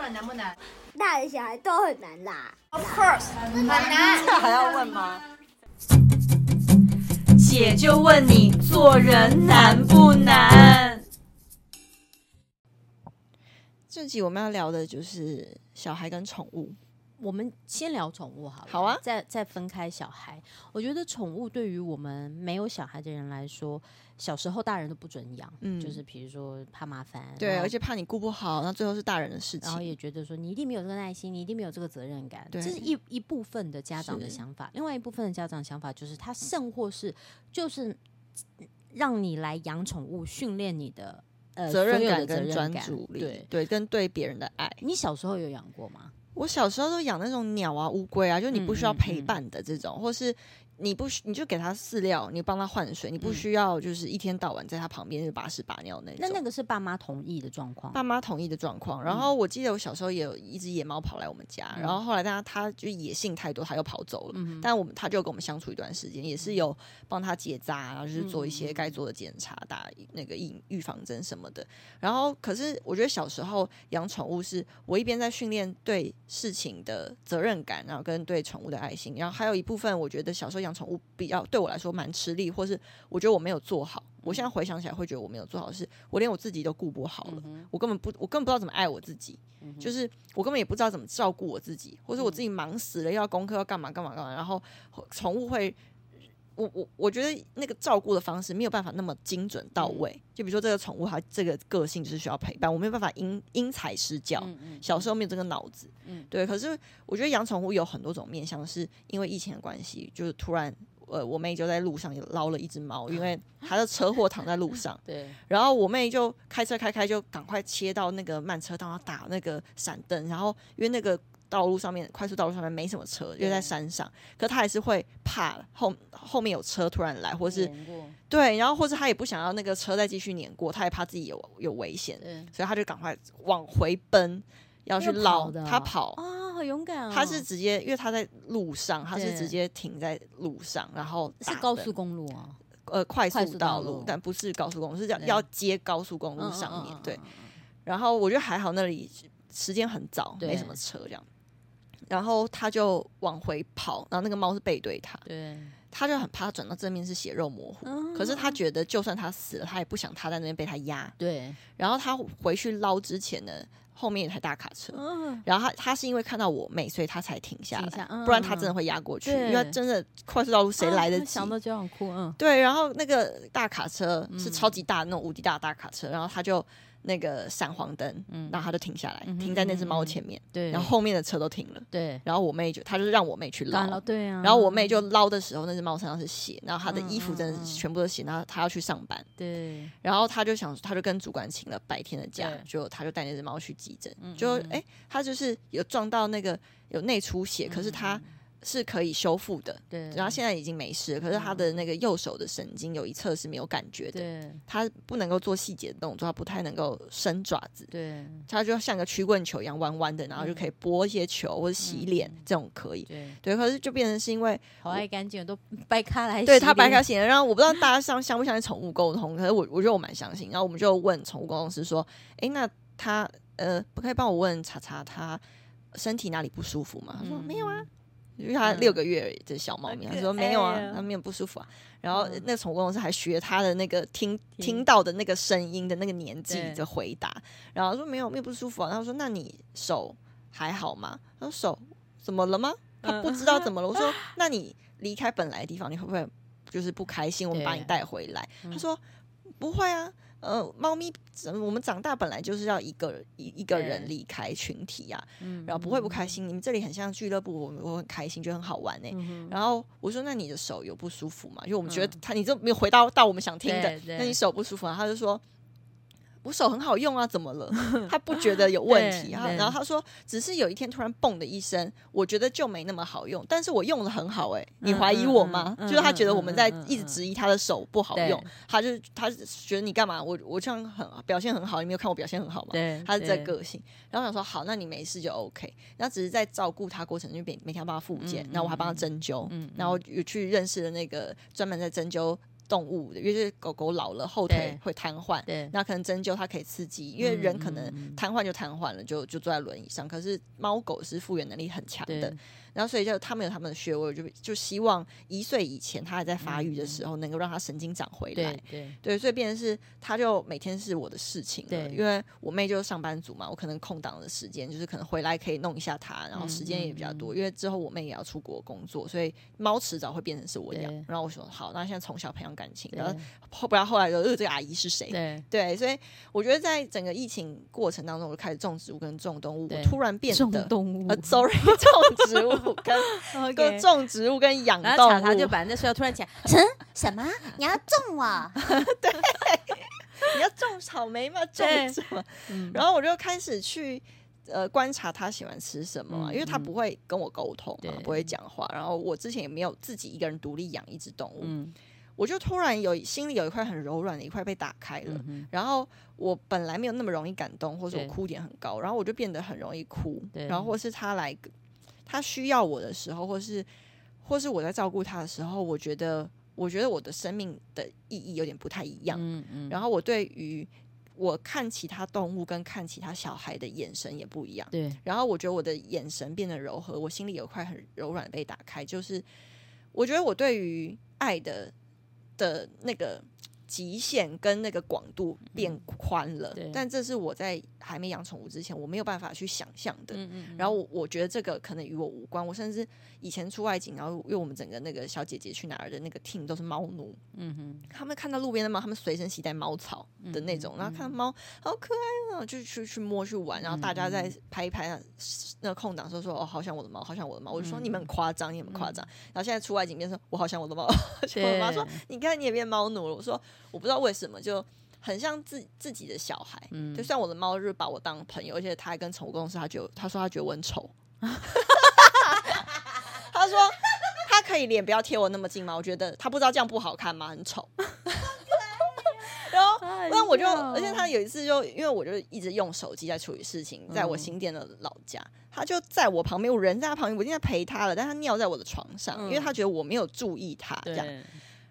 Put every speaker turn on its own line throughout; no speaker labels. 了，难不难
大人小孩都很难啦。
？Of course，很难。
这还要问吗？
姐就问你做人难不难？
这集我们要聊的就是小孩跟宠物。
我们先聊宠物好了，
好啊
再再分开小孩。我觉得宠物对于我们没有小孩的人来说，小时候大人都不准养，
嗯
就是比如说怕麻烦，
对，
然后
而且怕你顾不好，那最后是大人的事
啊然后
情。
也觉得说你一定没有这个耐心，你一定没有这个责任感，
对
这是一一部分的家长的
是
想法。另外一部分的家长想法就是他甚或是就是让你来养宠物，训练你的呃
责任
所有
感
的责
跟
任
专
感
注力，
对，
跟对别人的爱。
你小时候有养过吗？
我小时候都养那种鸟啊、乌龟啊，就你不需要
嗯嗯
陪
嗯
伴的这种，或是你不需你就给它饲料，你帮它换水，你不
嗯
需要就是一天到晚在它旁边就把屎把尿那种。
那那个是爸妈同意的状况，
爸妈同意的状况。然后我记得我小时候也有一只野猫跑来我们家，
嗯
然后后来但它它就野性太多，它又跑走了。
嗯哼
但我们它就跟我们相处一段时间，也是有帮它结扎啊，就是做
嗯
一些该做的检查，打那个疫预防针什么的。然后可是我觉得小时候养宠物是我一边在训练对事情的责任感，然后跟对宠物的爱心，然后还有一部分我觉得小时候养宠物比较对我来说蛮吃力，或是我觉得我没有做好。我现在回想起来会觉得我没有做好，是我连我自己都顾不好了。我根本不，我根本不知道怎么爱我自己，就是我根本也不知道怎么照顾我自己，或者我自己忙死了，要功课要干嘛干嘛干嘛，然后宠物会。我我我觉得那个照顾的方式没有办法那么精准到位，就比如说这个宠物它这个个性就是需要陪伴，我没有办法因因材施教，小时候没有这个脑子，
嗯
对。可是我觉得养宠物有很多种面向，是因为疫情的关系，就是突然呃我妹就在路上也捞了一只猫，因为她的车祸躺在路上，
对，
然后我妹就开车开开就赶快切到那个慢车道，然后打那个闪灯，然后因为那个道路上面快速道路上面没什么车，因为在山上，可她还是会怕后后面有车突然来，或
嗯
是对，然后或是她也不想要那个车再继续碾过，她也怕自己有有危险，
对
所以她就赶快往回奔，要去
要
捞
跑的
她
哦
跑。
啊，好勇敢啊！
她是直接，因为她在路上，她是
对
直接停在路上，然后
是
打
高
灯
速公路啊，
呃快
快
速
速
道
道
路
路，
但不是高速公路，是要
对
要接高速公
嗯
路上面。，对
嗯，嗯嗯
然后我觉得还好，那里时间很早，
对
没什么车这样。然后他就往回跑，然后那个猫是背对他，
嗯
他就很怕转到正面是血肉模糊。
嗯
可是他觉得，就算他死了，他也不想他在那边被他压。
对
然后他回去捞之前呢，后面有台大卡车，
对，嗯，
然后他他是因为看到我妹，所以他才停下
停下
来，
嗯
不然他真的会压过去。因
对
为真的快速道路谁
啊
来得及？
想到就想哭，嗯，
对，然后那个大卡车是
嗯
超级大、那种无敌大的大卡车，然后他就那个闪黄灯，
嗯
然后他就停下来，
嗯哼
停在那只猫前面，
对，
然后后面的车都停了，
对，
然后我妹就他就是让我妹去捞，
干了，对啊，
然后我妹就捞的时候，那只猫身上是血，然后她的衣服真的
嗯嗯嗯
是全部都是血，然后她要去上班，
对，
然后她就想，她就跟主管请了白天的假
对，
就她就带那只猫去急诊，
嗯
就
嗯嗯
哎，她就是有撞到那个有内出血，可是
嗯
她是可以修复的，
对，
然后现在已经没事了，可是他的那个右手的神经有一侧是没有感觉的，
对
他不能够做细节的动作，他不太能够伸爪子，
对
他就像个曲棍球一样弯弯的，然后就可以拨一些球或者洗脸、这种可以。
对，
对，可是就变成是因为
好爱干净，我都掰开来洗脸，
对他白开显，然后我不知道大家相 相不相信宠物沟通，可是我我觉得我蛮相信。然后我们就问宠物沟通师说：“诶，那他呃，不可以帮我问查查他身体哪里不舒服吗？”他说：“
嗯
没有啊。”因为它
嗯
六个月的小猫咪，
好
他
可
说没有
爱
啊
哦，
它没有不舒服啊。然后
嗯
那个宠物公司还学它的那个听
听
听到的那个声音的那个年纪
对
的回答，然后说没有没有不舒服啊。然后说那你手还好吗？他说手怎么了吗？
嗯
他不知道怎么了。我说那你离开本来的地方，你会不会就是不开心？我们把你
对嗯
带回来。他说不会啊。呃，猫咪，呃我们长大本来就是要一个一一个人
对
离开群体啊，
嗯，嗯
然后不会不开心。你们这里很像俱乐部，我我很开心，觉得很好玩呢、然后我说：“那你的手有不舒服吗？”因为我们觉得他，你这没有回到到我们想听的
对。对
那你手不舒服啊？他就说：“我手很好用啊，怎么了？” 他不觉得有问题
对
啊。
对
然后他说：“只是有一天突然蹦的一声，我觉得就没那么好用，但是我用的很好哎、你怀疑我吗？”
嗯嗯
就是他觉得我们在
嗯嗯嗯
一直质疑他的手不好用
对，
他就他觉得你干嘛？我我这样很表现很好，你没有看我表现很好吗？
对，
他是这
对
个性。然后想说，好，那你没事就 OK。那只是在照顾他过程中，就每每天要帮他复健，
嗯
然后我还帮他针灸，然后有去认识了那个专门在针灸动物的，因为这狗狗老了后腿
对
会瘫痪，
对
那可能针灸它可以刺激，因为人可
嗯嗯
能
嗯
瘫痪就瘫痪了，就就坐在轮椅上。可是猫狗是复原能力很强的
对，
然后所以就他们有他们的穴位，我就就希望一岁以前它还在发育的时候，能够让它神经长回来
嗯对。对
对，所以变成是，他就每天是我的事情了，
对
因为我妹就是上班族嘛，我可能空档的时间就是可能回来可以弄一下她，然后
嗯
时间也比较多，因为之后我妹也要出国工作，所以猫迟早会变成是我养
对。
然后我说好，那现在从小培养感情，
对
然后后不然后来就呃这个阿姨是谁？
对，
对，所以我觉得在整个疫情过程当中，我就开始种植物跟种动物，我
对
突然变
种
得
动物
呃，sorry，种 植物 跟跟种植物跟养
然
动
后
物，
查查就把那睡觉突然起来，
什么？你要中我？
你要种草莓 吗？种
对
什么？
嗯
然后我就开始去呃观察他喜欢吃什么啊、
嗯
因为他不会跟我沟通嘛
对，
不会讲话。然后我之前也没有自己一个人独立养一只动物，
嗯
我就突然有心里有一块很柔软的一块被打开了。
嗯哼，
然后我本来没有那么容易感动，或者我
对
哭点很高，然后我就变得很容易哭。
对
然后或是他来他需要我的时候，或是或是我在照顾他的时候，我觉得我觉得我的生命的意义有点不太一样。
嗯嗯，
然
后
后我对于我看其他动物跟看其他小孩的眼神也不一样。
对
然后我觉得我的眼神变得柔和，我心里有一块很柔软被打开，就是我觉得我对于爱的的那个极限跟那个广度变宽了。
嗯对
但这是我在还没养宠物之前，我没有办法去想象的。
嗯嗯，
然后我我觉得这个可能与我无关。我甚至以前出外景，然后因为我们整个那个小姐姐去哪儿的那个 team 都是猫奴，
嗯哼，
他们看到路边的猫，他们随身携带猫草的那种，
嗯嗯
然后看到猫好可爱哦，就去去摸去玩，然后大家
嗯
在拍一拍，那空档说说哦，好想我的猫，好想我的猫，我就
嗯
说你们很夸张，你们很夸张。然后现在出外景变成我好想我的猫， 好想 我的猫，
对
说你看你也变猫奴了。我说我不知道为什么，就很像自自己的小孩。
嗯
就算我的猫就是把我当朋友，而且它还跟宠物公司，它觉得它说它觉得我很丑， 他说他可以脸不要贴我那么近吗？我觉得他不知道这样不好看吗？很丑。 然后，
哎
那我就，而且他有一次就，因为我就一直用手机在处理事情，在我新店的老家，他就在我旁边，我人在他旁边，我已经在陪他了，但他尿在我的床上，因为他觉得我没有注意他这样。
对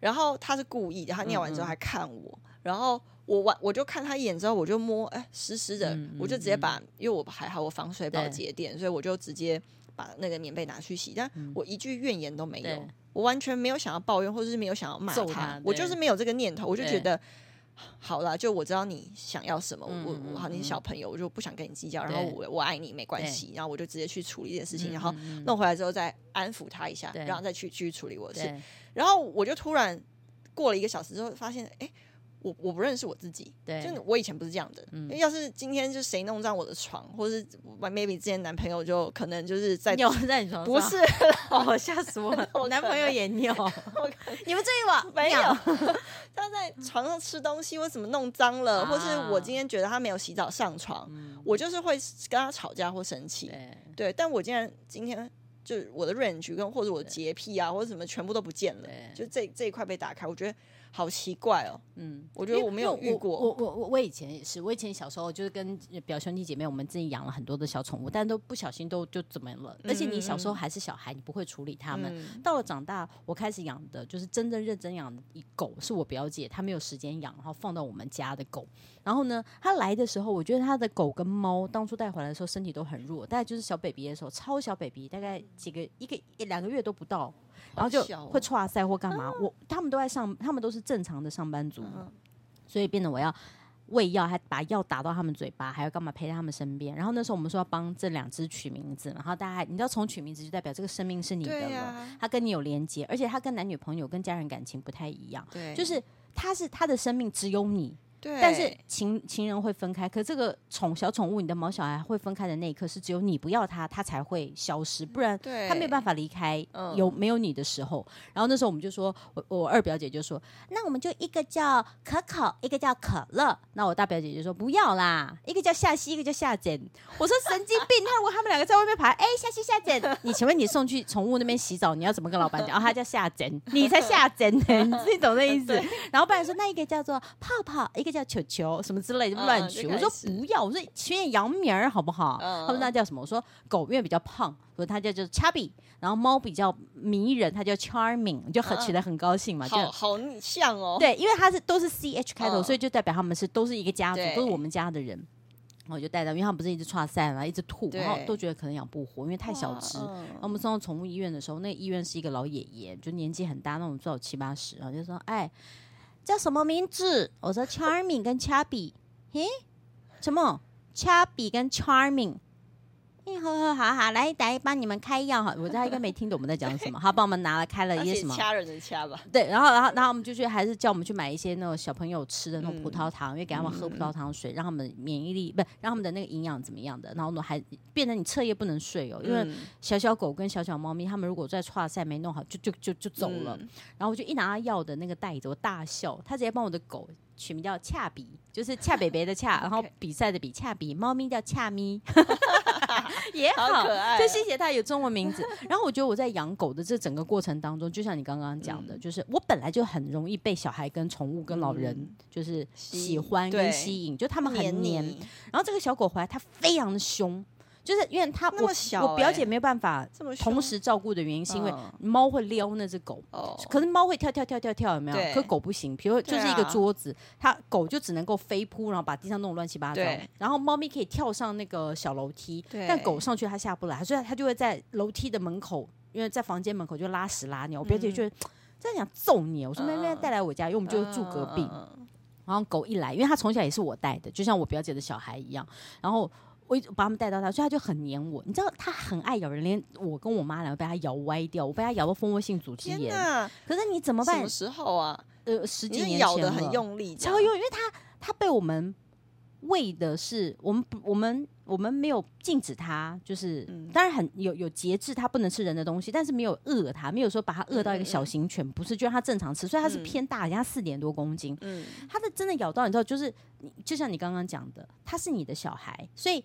然后他是故意的，他尿完之
嗯
后还看我，然后我完我就看他一眼之后，我就摸，哎，湿湿的，
嗯嗯
我就直接把，因为我还好我防水宝
对嗯
节点，所以我就直接把那个棉被拿去洗，但我一句怨言都没有
对，
我完全没有想要抱怨，或者是没有想要骂
揍他
我
对
就是没有这个念头，我就
对
觉得。好了，就我知道你想要什么，
嗯
我
嗯
我好，你是
嗯
小朋友，我就不想跟你计较，然
对
后我我爱你没关
对
系，然后我就直接去处理这件事情，
嗯
然后
嗯嗯
弄回来之后再安抚他一下，
对
然后再去继续处理我的事。
对
然后我就突然过了一个小时之后，发现哎，我我不认识我自己，
对
就我以前不是这样的。
嗯
因为要是今天就谁弄脏我的床，或是 maybe 之前男朋友就可能就是在
尿在你床上，
不是
哦，吓死我了，
我
我男朋友也 尿，
你们注意我，
没有
鸟，
他在床上吃东西，为什么弄脏了，
啊嗯
或是我今天觉得他没有洗澡上床，我就是会跟他吵架或生气。
对
对，但我竟然今天就是我的 range 跟或者我的洁癖啊，或者什么全部都不见了
对，
就这这一块被打开，我觉得好奇怪哦。
嗯，
我觉得我没有
因为
遇过
我我我我我以前也是，我以前小时候就是跟表兄弟姐妹，我们自己养了很多的小宠物，但都不小心都就怎么了。而且你小时候还是小孩，你不会处理它们。
嗯
到了长大，我开始养的就是真正认真养的一狗，是我表姐，她没有时间养，然后放到我们家的狗。然后呢，她来的时候，我觉得她的狗跟猫当初带回来的时候身体都很弱，大概就是小 baby 的时候，超小 baby，大概几个一个一两个月都不到，然后就
好小哦啊
会 岔塞或干嘛。我他们都在上，他们都是正常的上班族，
嗯
所以变得我要。喂药，还把药打到他们嘴巴，还要干嘛陪在他们身边？然后那时候我们说要帮这两只取名字，然后大家还你知道从取名字就代表这个生命是你的
对
了，
呀，
他跟你有连接，而且他跟男女朋友、跟家人感情不太一样，
对，
就是他是他的生命只有你，
对，
但是情情人会分开，可这个宠小宠物，你的毛小孩会分开的那一刻是只有你不要它，它才会消失，不然
对
它没有办法离开
嗯
有没有你的时候。然后那时候我们就说，我我二表姐就说，那我们就一个叫可口，一个叫可乐。那我大表姐就说不要啦，一个叫夏西，一个叫夏简。我说神经病，那如果他们两个在外面爬，哎、夏西 夏简，你请问你送去宠物那边洗澡，你要怎么跟老板讲？哦，他叫夏简，你才夏简呢、你自己懂这意思。然后不然说那一个叫做泡泡，一个叫球球什么之类的
嗯
乱取。
就
我
开
说
始
不要，我说取点洋名儿好不好？
嗯
他们那叫什么？我说狗因为比较胖，所以它叫就是 chubby，然后猫比较迷人，它叫 charming，就很
嗯
取得很高兴嘛，就
好好像哦，
对，因为他是都是 C H 开头，
嗯
所以就代表他们是都是一个家族
对，
都是我们家的人。然后我就带到，因为他们不是一直岔散嘛，一直吐，
对
然后都觉得可能养不活，因为太小
哇
只。哦
嗯
然后我们送到宠物医院的时候，那个医院是一个老爷爷，就年纪很大，那种最好七八十，然后就说：“哎，叫什么名字？”我说：“Charming 跟 Chubby。”嘿，什么？Chubby 跟 Charming。嘿呵呵，好好，来来帮你们开药哈。我知道他应该没听懂我们在讲什么，他帮我们拿了开了
而
一些
且
什么
掐人的掐吧，
对，然后然后然后我们就去，还是叫我们去买一些那种小朋友吃的那种
嗯
葡萄糖，因为给他们喝葡萄糖水，让他们免疫力不，让他们的那个营养怎么样的。然后呢，还变得你彻夜不能睡哦，因为
嗯
小小狗跟小小猫咪，它们如果在跨赛没弄好，就就就就走了。
嗯
然后我就一拿到药的那个袋子，我大笑，他直接帮我的狗取名叫恰比，就是恰北北 的恰，然后
OK
比赛的比恰比，猫咪叫恰咪， 也好，
好可爱哦
就谢谢它有中文 名字。然后我觉得我在养狗的这整个过程当中，就像你刚刚讲
嗯
的，就是我本来就很容易被小孩、跟宠物、跟老人、
嗯
就是
吸
喜欢
对
跟吸引，就他们很黏。
你
然后这个小狗回来，它非常的凶，就是因为它
那
我
么小
我表
欸
姐没有办法
这么凶
同时照顾的原因，是因为
嗯
猫会撩那只狗。
哦，
可是猫会跳跳跳跳跳，有没
对
有？可狗不行，比如就
对啊
是一个桌子，它狗就只能够飞扑，然后把地上弄得乱七八糟
对。
然后猫咪可以跳上那个小楼梯，
对
但狗上去它下不来，所以它就会在楼梯的门口，因为在房间门口就拉屎拉尿。我表姐就这样想揍你，啊我说
嗯
妹妹带来我家，因为我们就住隔壁。然后狗一来，因为它从小也是我带的，就像我表姐的小孩一样。然后我一直把它们带到它，所以它就很黏我。你知道它很爱咬人，连我跟我妈两个被它咬歪掉，我被它咬到蜂窝性组织
天
炎。
哪，
可是你怎么
什
办
么？时候啊？
呃，十
你
几
是
年
咬
前
的很
了，
用力这样，
超用力，因为它它被我们喂的是我们不我们我们没有禁止它，就是、
嗯
当然很有有节制，它不能吃人的东西，但是没有饿它，没有说把它饿到一
嗯嗯
个小型犬，不是就让它正常吃，所以它是
嗯
偏大的，它四点多公斤，
嗯，
它的真的咬到你知道，就是你就像你刚刚讲的，他是你的小孩，所以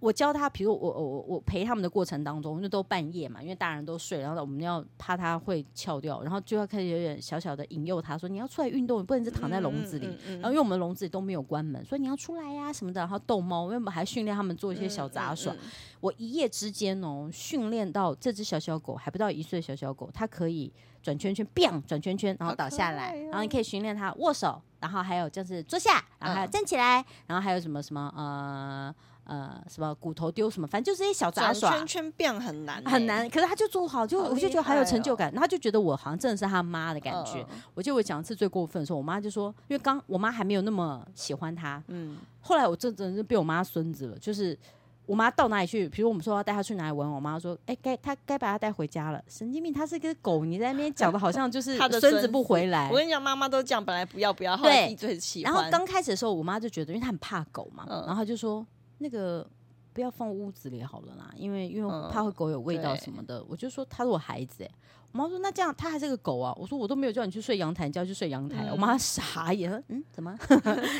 我教他，比如我我我我陪他们的过程当中，就都半夜嘛，因为大人都睡，然后我们要怕他会翘掉，然后就要开始有点小小的引诱他说，你要出来运动，你不能是躺在笼子里。
嗯，嗯嗯
然后因为我们笼子里都没有关门，所以你要出来呀、什么的，然后逗猫，因为我们还训练他们做一些小杂耍。
嗯嗯嗯
我一夜之间哦，训练到这只小小狗还不到一岁的小小狗，它可以转圈圈，biang 转圈圈，然后倒下
好
来，
可爱哦
然后你可以训练它握手，然后还有就是坐下，然后还有
嗯
站起来，然后还有什么什么呃呃什么骨头丢什么，反正就是一些小杂
转
耍。
圈圈变很难欸，
很难，可是他就做好，就
好
我就
厉
觉得好有
害
成就
哦
感，然后他就觉得我好像真的是他妈的感觉。
嗯，
我记得我讲一次最过分的时候，我妈就说，因为刚我妈还没有那么喜欢他，
嗯，
后来我这真的是被我妈孙子了，就是我妈到哪里去，比如我们说要带她去哪里玩，我妈说：“哎、该她该把她带回家了。”神经病，她是一个狗，你在那边讲的好像就是
她的
孙
孙
子不回来
我。跟你讲，妈妈都这样，本来不要不要，后来
嗯对
自己最喜
然
欢，
后刚开始的时候，我妈就觉得，因为她很怕狗嘛，
嗯
然后她就说：“那个不要放屋子里好了啦，因为因为
嗯
怕会狗有味道
对
什么的。我就说：“她是我孩子、欸。”我妈说：“那这样她还是个狗啊？”我说：“我都没有叫你去睡阳台，你叫她去睡阳台。
嗯
我妈傻眼，说嗯，怎么？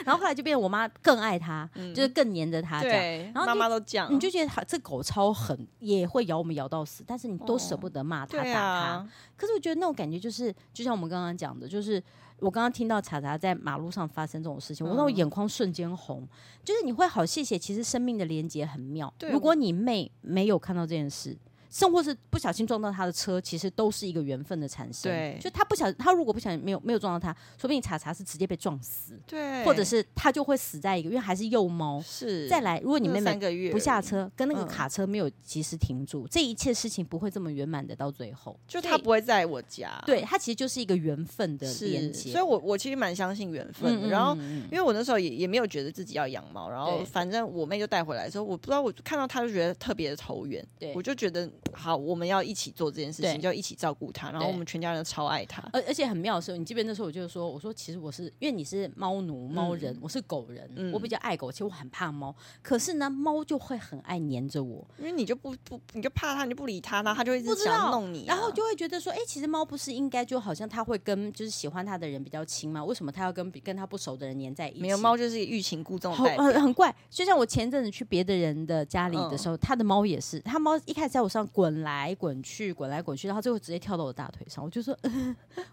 然后后来就变我妈更爱它，
嗯
就是更黏着它这样。
对，
然后
妈
就
妈都这样，
你就觉得它这狗超狠，也会咬我们咬到死，但是你都舍不得骂它、
对
打它。
啊，
可是我觉得那种感觉就是，就像我们刚刚讲的，就是我刚刚听到查查在马路上发生这种事情，我那我
嗯
眼眶瞬间红，就是你会好谢谢，其实生命的连接很妙。
对
如果你妹没有看到这件事。甚或是不小心撞到她的车，其实都是一个缘分的产生。
对
就她不小，她如果不小心没有没有撞到她，说不定查查是直接被撞死，
对，
或者是她就会死在一个，因为还是幼猫。
是
再来，如果你
那
妹妹
三个月
不下
而已，
车，跟那个
嗯
卡车没有及时停住，这一切事情不会这么圆满的到最后。
就她不会在我家，
对，它其实就是一个缘分的连
啊是，
接。
所以我我其实蛮相信缘分的，然后。
嗯嗯
因为我那时候也也没有觉得自己要养猫，然后
对
反正我妹就带回来的时候，我不知道我看到她就觉得特别的投缘，
对
我就觉得好，我们要一起做这件事情，
对
就要一起照顾她，然后
对
我们全家人都超爱她，
而而且很妙的时候，你记不记得那时候我就说，我说其实我是因为你是猫奴猫人，我是狗人，
嗯
我比较爱狗，其实我很怕猫，可是呢，猫就会很爱黏着我，
因为你就不不你就怕它，你就不理它，然后它就一直
不知
想要
道
弄你啊、
然后就会觉得说，哎、其实猫不是应该就好像它会跟就是喜欢它的人比较亲吗？为什么它要跟比跟它不熟的人黏在一起？
没有猫就是一嗯个欲擒故纵的
好
代表
很很怪，就像我前阵子去别的人的家里的时候，他的猫也是，他猫一开始在我上滚来滚去，滚来滚去，然后最后直接跳到我大腿上，我就说、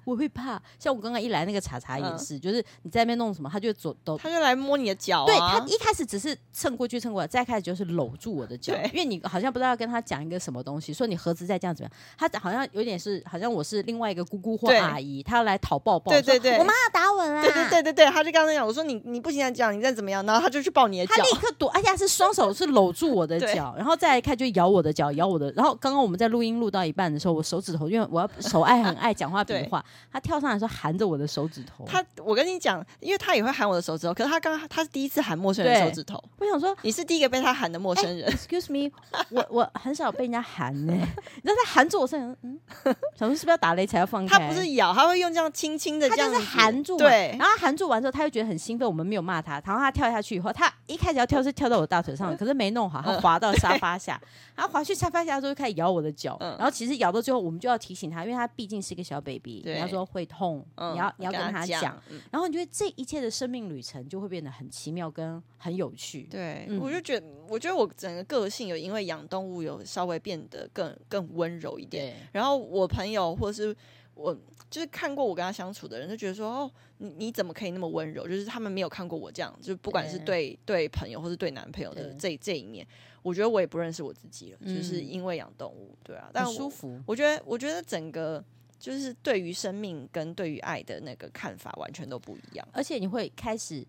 我会怕。像我刚刚一来那个查查也
嗯
是，就是你在那边弄什么，他就走抖。
他就来摸你的脚、啊，
对他一开始只是蹭过去蹭过来，再开始就是搂住我的脚
对，
因为你好像不知道要跟他讲一个什么东西，说你盒子再这样怎么样，他好像有点是好像我是另外一个姑姑或
对
阿姨，他要来讨抱抱，
对
说
对对，
我妈要打我啦！
对对对对对，他就刚才讲，我说你你不行再讲，你再怎么样，然后他就去抱你的
他
脚，
立刻躲，而且哎他是双手是搂住我的
对
脚，然后再来看就咬我的脚，咬我的。然后刚刚我们在录音录到一半的时候，我手指头，因为我要手爱很爱 讲话比
对
划，他跳上来的时候含着我的手指头，
他，我跟你讲，因为他也会喊我的手指头，可是他刚他是第一次喊陌生人
对
手指头，
我想说
你是第一个被他喊的陌生人，
excuse me，我我很少被人家含呢、 你知道他含住我身上，嗯， 想说是不是要打雷才要放开？
他不是咬，他会用这样轻轻的
哎他
这样
就
子
是含住嘛，
对
然，后含住完之后，他又觉得很兴奋，我们没有骂他，然后他跳下去以后，他一开始要跳是跳到我大 腿上，可是没弄好，他
嗯
滑到沙发下，然后滑去沙发下之后就开始咬我的脚，
嗯
然后其实咬到最后，我们就要提醒他，因为他毕竟是一个小 baby，
对
你要说会痛，
嗯
你要你要跟
他
他讲，，
嗯
然后你觉得这一切的生命旅程就会变得很奇妙跟很有趣，
对，
嗯
我就觉得，我觉得我整个个性有因为养动物有稍微变得更更温柔一点。
对
然后我朋友或是我就是看过我跟他相处的人，就觉得说哦，你你怎么可以那么温柔？就是他们没有看过我这样，就不管是对对朋友或是对男朋友的
对
这这一面，我觉得我也不认识我自己了，就是
嗯
因为养动物，对啊，但
很
我
舒。服。
我觉得，我觉得整个就是对于生命跟对于爱的那个看法完全都不一样。
而且你会开始，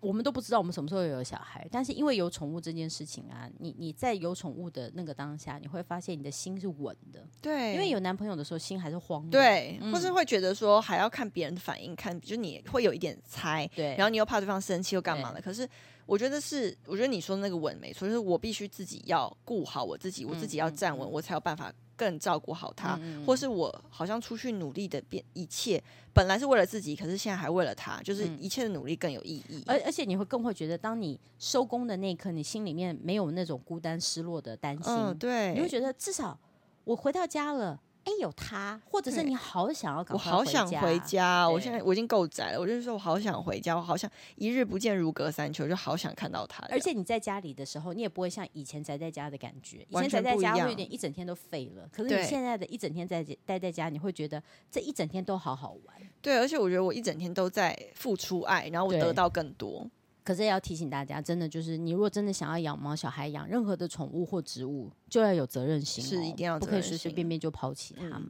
我们都不知道我们什么时候有小孩，但是因为有宠物这件事情啊，你你在有宠物的那个当下，你会发现你的心是稳的，
对
因为有男朋友的时候心还是慌的，
对，
嗯
或是会觉得说还要看别人的反应，看就你会有一点猜，
对，
然后你又怕对方生气又干嘛的。可是我觉得是，我觉得你说的那个稳没错，就是我必须自己要顾好我自己，我自己要
嗯
站稳，我才有办法更照顾好他。
嗯嗯嗯
或是我好像出去努力的变一切，本来是为了自己，可是现在还为了他，就是
嗯
一切的努力更有意义。
而而且你会更会觉得，当你收工的那一刻，你心里面没有那种孤单失落的担心，
嗯，对，
你会觉得至少我回到家了。哎，有他，或者是
对
你好想要赶
我
快
好想回家，我
对
现在我已经够宅了。我就是说我好想回家，我好想一日不见如隔三秋，就好想看到他。
而且你在家里的时候，你也不会像以前宅在家的感觉。以
完
前宅
全
在
不一
家会有
样
点一整天都废了，可是你
对
现在的一整天在家待在家，你会觉得这一整天都好好玩。
对，而且我觉得我一整天都在付出爱，然后我
对
得到更多。
可是也要提醒大家，真的就是你如果真的想要养猫、小孩、养任何的宠物或植物，就要有责任心、哦，
是一定要有
不
责
可以
任
随随
心嗯
便便就抛弃它们。